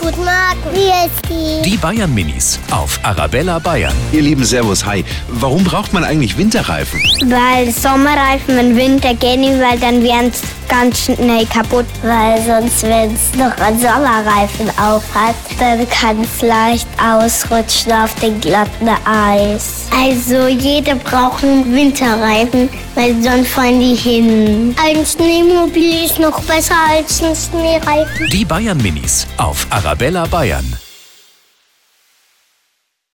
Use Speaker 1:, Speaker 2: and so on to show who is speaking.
Speaker 1: Guten Morgen. Wie ist die?
Speaker 2: Die Bayern Minis auf Arabella Bayern.
Speaker 3: Ihr lieben Servus, hi. Warum braucht man eigentlich Winterreifen?
Speaker 1: Weil Sommerreifen im Winter gehen nicht, weil dann werden es ganz schnell kaputt. Weil sonst, wenn es noch einen Sommerreifen auf hat, dann kann es leicht ausrutschen auf den glatten Eis. Also jeder braucht einen Winterreifen, weil sonst fallen die hin. Ein Schneemobil ist noch besser als ein Schneereifen.
Speaker 2: Die Bayern Minis auf Arabella Bayern.